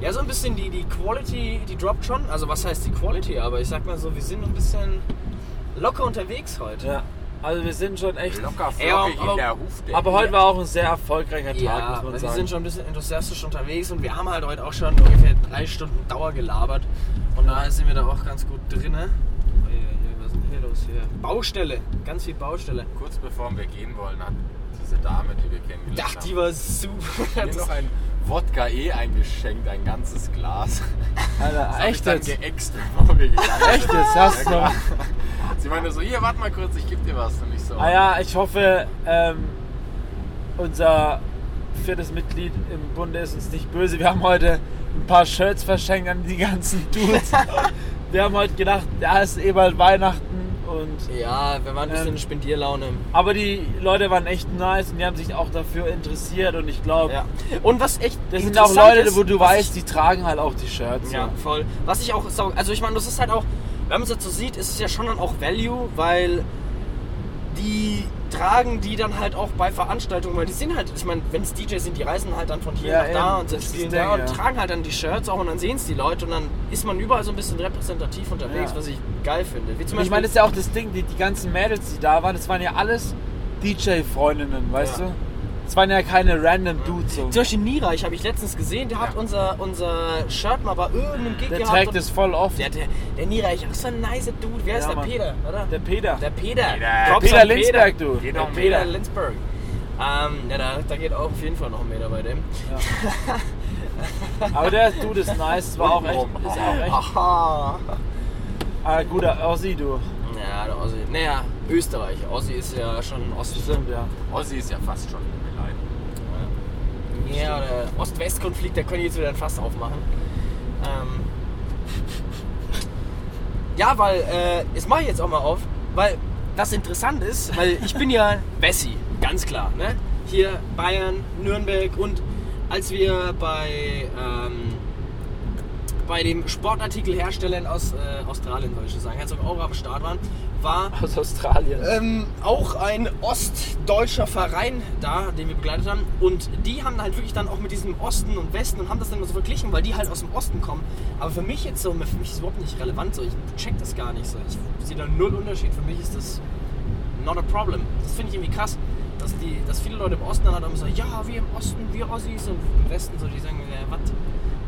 Speaker 1: Ja, so ein bisschen die, die Quality, die droppt schon. Also was heißt die Quality? Aber ich sag mal so, wir sind ein bisschen locker unterwegs heute.
Speaker 2: Ja, also wir sind schon echt.
Speaker 3: Locker
Speaker 1: Ey, aber-
Speaker 3: flockig in
Speaker 1: aber-
Speaker 3: der Hufde.
Speaker 2: Aber heute war auch ein sehr erfolgreicher Tag,
Speaker 1: Ja,
Speaker 2: muss man
Speaker 1: wir
Speaker 2: sagen.
Speaker 1: sind schon ein bisschen enthusiastisch unterwegs und wir haben halt heute auch schon ungefähr drei Stunden Dauer gelabert. Und daher sind wir da auch ganz gut drinne. Oh, je, je, Was ist denn hier los? Hier? Baustelle, ganz viel Baustelle.
Speaker 3: Kurz bevor wir gehen wollen, hat diese Dame, die wir kennengelernt
Speaker 1: Ach, die
Speaker 3: haben,
Speaker 1: war super.
Speaker 3: mir
Speaker 2: halt-
Speaker 3: noch ein Wodka E eingeschenkt, ein ganzes Glas.
Speaker 2: Alter,
Speaker 3: Hab ich
Speaker 2: echt
Speaker 3: dann
Speaker 2: jetzt?
Speaker 3: geäxt, bevor wir gegangen sind.
Speaker 2: Echt jetzt? Hast du
Speaker 3: Ja,
Speaker 2: noch?
Speaker 3: klar. Sie meinte so, hier, warte mal kurz, ich geb dir was. Und ich so,
Speaker 2: Ah ja, ich hoffe, ähm, unser viertes Mitglied im Bunde ist uns nicht böse. Wir haben heute ein paar Shirts verschenkt an die ganzen Dudes. wir haben heute gedacht, ja, es ist eh bald Weihnachten und
Speaker 1: Ja, wir waren ein bisschen
Speaker 2: Ähm,
Speaker 1: Spendierlaune.
Speaker 2: aber die Leute waren echt nice und die haben sich auch dafür interessiert und ich glaube,
Speaker 1: Ja. Und was echt
Speaker 2: das sind auch
Speaker 1: interessant
Speaker 2: Leute,
Speaker 1: ist,
Speaker 2: wo du
Speaker 1: was
Speaker 2: weißt, die tragen halt auch die Shirts.
Speaker 1: Ja,
Speaker 2: so.
Speaker 1: voll. Was ich auch sau- also ich meine, das ist halt auch, wenn man es jetzt so sieht, ist es ja schon dann auch Value, weil die tragen die dann halt auch bei Veranstaltungen, weil die sind halt, ich meine, wenn es DJs sind, die reisen halt dann von hier
Speaker 2: Ja,
Speaker 1: nach da
Speaker 2: eben.
Speaker 1: und sind
Speaker 2: Das ist
Speaker 1: spielen
Speaker 2: das
Speaker 1: da
Speaker 2: Ding,
Speaker 1: und
Speaker 2: ja.
Speaker 1: tragen halt dann die Shirts auch und dann sehen es die Leute und dann ist man überall so ein bisschen repräsentativ unterwegs,
Speaker 2: Ja.
Speaker 1: was ich geil finde. Wie zum
Speaker 2: Und Ich
Speaker 1: Beispiel,
Speaker 2: meine, das ist ja auch das Ding, die, die ganzen Mädels, die da waren, das waren ja alles DJ-Freundinnen, weißt
Speaker 1: Ja.
Speaker 2: du? Das waren ja keine random Dudes. So.
Speaker 1: zum Beispiel Nira, ich habe ich letztens gesehen, der hat
Speaker 3: Ja.
Speaker 1: unser, unser Shirt mal bei irgendeinem Gig
Speaker 2: Der
Speaker 1: gehabt.
Speaker 2: trägt
Speaker 1: und-
Speaker 2: es voll oft.
Speaker 1: der, der, der Nira, ich auch so ein nice Dude. Wer
Speaker 2: Ja,
Speaker 1: ist der
Speaker 2: Mann.
Speaker 1: Peter, oder?
Speaker 2: Der Peter.
Speaker 1: Der Peter.
Speaker 3: Peter.
Speaker 1: Props
Speaker 2: Peter
Speaker 1: an
Speaker 2: Lindsberg, du.
Speaker 3: Geht
Speaker 1: Der
Speaker 3: noch ein
Speaker 1: Peter
Speaker 3: Meter.
Speaker 1: Lindsberg. Ähm, ja, da, da geht auch auf jeden Fall noch ein Meter bei dem.
Speaker 2: Aber der Dude ist nice, das war auch echt,
Speaker 3: Untenrum.
Speaker 2: ist auch echt
Speaker 1: Aha.
Speaker 2: ein guter Aussie, du.
Speaker 1: Ja, der Ossi. Naja, Österreich. Ossi ist ja schon Ost.
Speaker 2: Stimmt, ja.
Speaker 3: Ossi ist ja fast schon mir leid.
Speaker 1: Ja, der Ost-West-Konflikt, da können die jetzt wieder ein Fass aufmachen. Ähm, ja, weil, äh, das mache ich jetzt auch mal auf, weil das interessant ist, weil ich bin ja Wessi, ganz klar. Ne? Hier Bayern, Nürnberg und als wir bei, ähm, bei dem Sportartikelhersteller in Aus, äh, Australien, soll ich schon sagen, Herzog Aura am Start waren, war
Speaker 2: Aus Australien.
Speaker 1: ähm, auch ein ostdeutscher Verein da, den wir begleitet haben. Und die haben halt wirklich dann auch mit diesem Osten und Westen und haben das dann immer so verglichen, weil die halt aus dem Osten kommen. Aber für mich jetzt so, für mich ist es überhaupt nicht relevant so. Ich check das gar nicht so. Ich sehe da null Unterschied. Für mich ist das not a problem. Das finde ich irgendwie krass, dass, die, dass viele Leute im Osten dann halt immer sagen, ja, wir im Osten, wir Ossis und im Westen so, die sagen, äh, was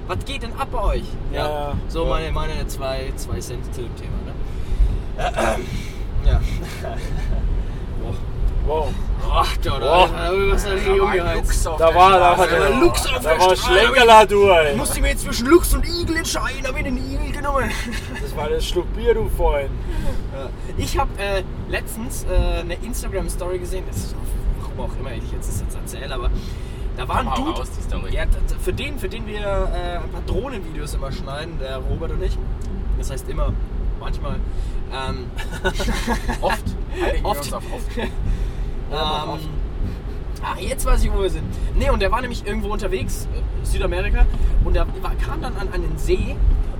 Speaker 1: was geht denn ab bei euch?
Speaker 2: Ja, ja.
Speaker 1: So
Speaker 2: Ja.
Speaker 1: meine, meine zwei, zwei Cent zu dem Thema, ne? Ja. Boah.
Speaker 2: Wow.
Speaker 1: Ach,
Speaker 2: Boah.
Speaker 1: da, da, da, was hat die
Speaker 3: Da war ein
Speaker 1: umgeheizt?
Speaker 3: Lux auf
Speaker 2: Da
Speaker 3: der
Speaker 2: war, da war,
Speaker 3: Straße.
Speaker 1: der Lux auf der
Speaker 2: da war
Speaker 1: Straße.
Speaker 2: Schlenkerler, du, ey.
Speaker 1: Musste ich mir jetzt zwischen Lux und Igel entscheiden, habe ich den Igel genommen.
Speaker 2: Das war das Schluck Bier, du, Freund.
Speaker 1: Ich habe äh, letztens äh, eine Instagram-Story gesehen, das ist, warum auch immer ich jetzt das jetzt erzähle, aber da war ein
Speaker 3: Komm, hau
Speaker 1: Dude,
Speaker 3: raus, die Story.
Speaker 1: Ja, t- t- für den, für den wir äh, ein paar Drohnenvideos immer schneiden, der Robert und ich, das heißt immer, manchmal, ähm,
Speaker 3: Oft. Einigen wir
Speaker 1: Oft.
Speaker 3: uns auf oft.
Speaker 1: Ähm, ah, jetzt weiß ich, wo wir sind. Nee, und der war nämlich irgendwo unterwegs, äh, Südamerika, und er war, kam dann an einen See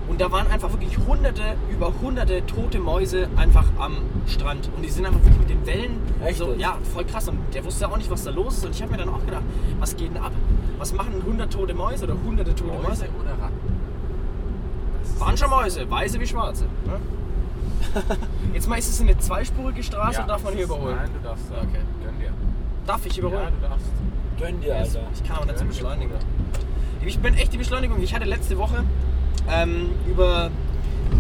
Speaker 1: und da waren einfach wirklich hunderte über hunderte tote Mäuse einfach am Strand. Und die sind einfach wirklich mit den Wellen
Speaker 2: Echt
Speaker 1: so,
Speaker 2: jetzt?
Speaker 1: ja, voll krass. Und der wusste auch nicht, was da los ist. Und ich habe mir dann auch gedacht, was geht denn ab? Was machen 100 tote Mäuse oder hunderte tote Mäuse?
Speaker 3: Mäuse oder Ratten? Das ist-
Speaker 1: Waren schon Mäuse, weiße wie schwarze. Ne? Jetzt mal ist es eine zweispurige Straße,
Speaker 3: Ja,
Speaker 1: darf man hier
Speaker 3: das ist-
Speaker 1: überholen?
Speaker 3: Nein, du darfst. da.
Speaker 1: Okay.
Speaker 3: Gönn dir.
Speaker 1: Darf ich überholen?
Speaker 3: Ja, du darfst.
Speaker 2: Gönn dir,
Speaker 1: Also,
Speaker 2: Alter.
Speaker 1: ich kann aber nicht zum Beschleunigen. Ich bin echt die Beschleunigung. Ich hatte letzte Woche ähm, über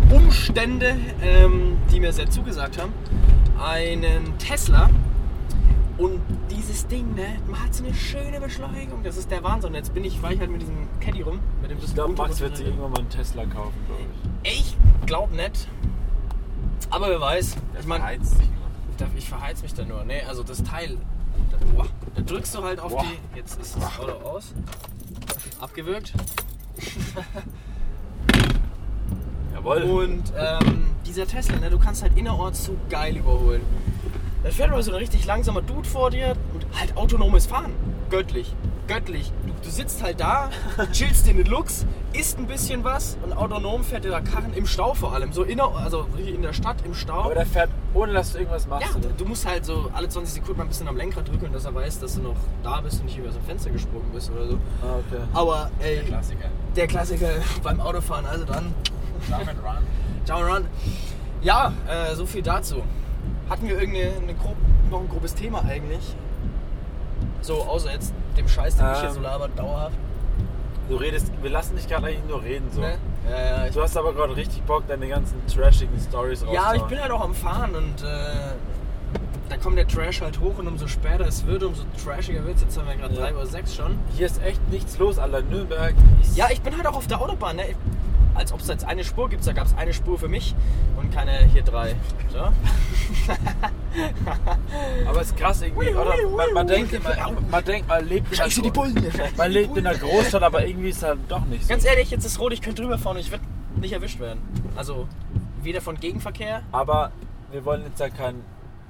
Speaker 1: Umstände, ähm, die mir sehr zugesagt haben, einen Tesla. Und dieses Ding, ne, man hat so eine schöne Beschleunigung. Das ist der Wahnsinn. Und Jetzt bin ich, war ich halt mit diesem Caddy rum, mit dem
Speaker 2: Ich glaube, Max wird
Speaker 1: Untergrund-
Speaker 2: sich irgendwann mal einen Tesla kaufen, glaube ich.
Speaker 1: Ich glaub nicht. Aber wer weiß.
Speaker 3: Der
Speaker 1: Ich meine,
Speaker 3: verheizt sich immer.
Speaker 1: da- Ich verheiz mich da nur. Nee, also das Teil. Da, boah, da drückst du halt auf
Speaker 3: Boah.
Speaker 1: die. Jetzt ist das Auto aus. Abgewürgt.
Speaker 2: Jawohl.
Speaker 1: Und ähm, dieser Tesla, ne, du kannst halt innerorts so geil überholen. Da fährt immer so ein richtig langsamer Dude vor dir und halt autonomes Fahren. Göttlich. göttlich. Du, du sitzt halt da, chillst in den Lux, isst ein bisschen was und autonom fährt der Karren im Stau vor allem. So in der, also hier in der Stadt im Stau.
Speaker 2: Aber der fährt, ohne dass du irgendwas
Speaker 1: ja,
Speaker 2: machst. oder?
Speaker 1: du musst halt so alle 20 Sekunden mal ein bisschen am Lenkrad drücken, dass er weiß, dass du noch da bist und nicht über so ein Fenster gesprungen bist oder so.
Speaker 2: Ah, okay.
Speaker 1: Aber ey,
Speaker 3: Klassiker.
Speaker 1: der Klassiker beim Autofahren, also dann
Speaker 3: Jump and Run.
Speaker 1: Down Run. Ja, äh, so viel dazu. Hatten wir irgendeine eine grob, noch ein grobes Thema eigentlich? So, außer jetzt dem Scheiß, den ich hier
Speaker 2: Ähm,
Speaker 1: so laber, dauerhaft.
Speaker 2: Du redest, wir lassen dich gerade eigentlich nur reden. So.
Speaker 1: Ne? Ja, ja, ich,
Speaker 2: Du hast aber gerade richtig Bock, deine ganzen trashigen Stories
Speaker 1: ja, ich bin halt auch am Fahren und äh, da kommt der Trash halt hoch und umso später es wird, umso trashiger wird es. Jetzt haben wir gerade
Speaker 2: Ja.
Speaker 1: 3 Uhr 6 schon.
Speaker 2: Hier ist echt nichts los, Alter. Nürnberg. ist-
Speaker 1: Ja, ich bin halt auch auf der Autobahn. Ne? Ich- Als ob es jetzt eine Spur gibt, da gab es eine Spur für mich und keine hier drei. So.
Speaker 2: Aber es ist krass irgendwie.
Speaker 1: Ui,
Speaker 2: Oder?
Speaker 1: ui, ui,
Speaker 2: Man, man,
Speaker 1: ui.
Speaker 2: denkt immer, man denkt, man lebt in der,
Speaker 1: Scheiße, die
Speaker 2: Gro-
Speaker 1: Bullen.
Speaker 2: man lebt in der Großstadt, aber irgendwie ist halt doch nicht so.
Speaker 1: Ganz ehrlich, jetzt ist rot, ich könnte drüber fahren und ich würde nicht erwischt werden. Also weder von Gegenverkehr.
Speaker 2: Aber wir wollen jetzt ja kein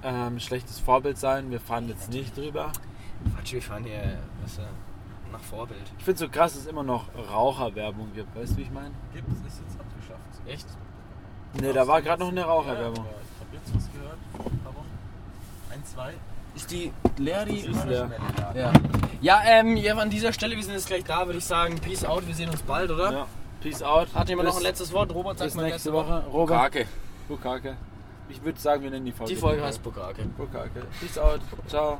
Speaker 2: ähm, schlechtes Vorbild sein. Wir fahren jetzt nicht drüber.
Speaker 1: Quatsch, wir fahren hier was, äh, nach Vorbild.
Speaker 2: Ich finde so krass, dass es immer noch Raucherwerbung gibt. Weißt du, wie ich meine?
Speaker 3: Gibt es, ist jetzt abgeschafft.
Speaker 1: Echt?
Speaker 2: Ne, da war gerade noch eine Raucherwerbung.
Speaker 3: Ja, aber ich habe jetzt was gehört. Ein paar Wochen. Ein, zwei.
Speaker 1: Ist die leer, die.
Speaker 2: Ist leer.
Speaker 1: Ja. Ja, ähm, ja, an dieser Stelle, wir sind jetzt gleich da, würde ich sagen, peace out, wir sehen uns bald, oder?
Speaker 2: Ja. Peace out.
Speaker 1: Hat jemand
Speaker 2: Bis-
Speaker 1: noch ein letztes Wort? Robert, sag
Speaker 2: Bis
Speaker 1: mal
Speaker 2: nächste
Speaker 1: letzte
Speaker 2: Woche. Robert.
Speaker 4: Kake.
Speaker 2: Bukake. Ich würde sagen, wir nennen die Folge.
Speaker 1: Die Folge heißt Bukake.
Speaker 2: Bukake. Peace out. Ciao.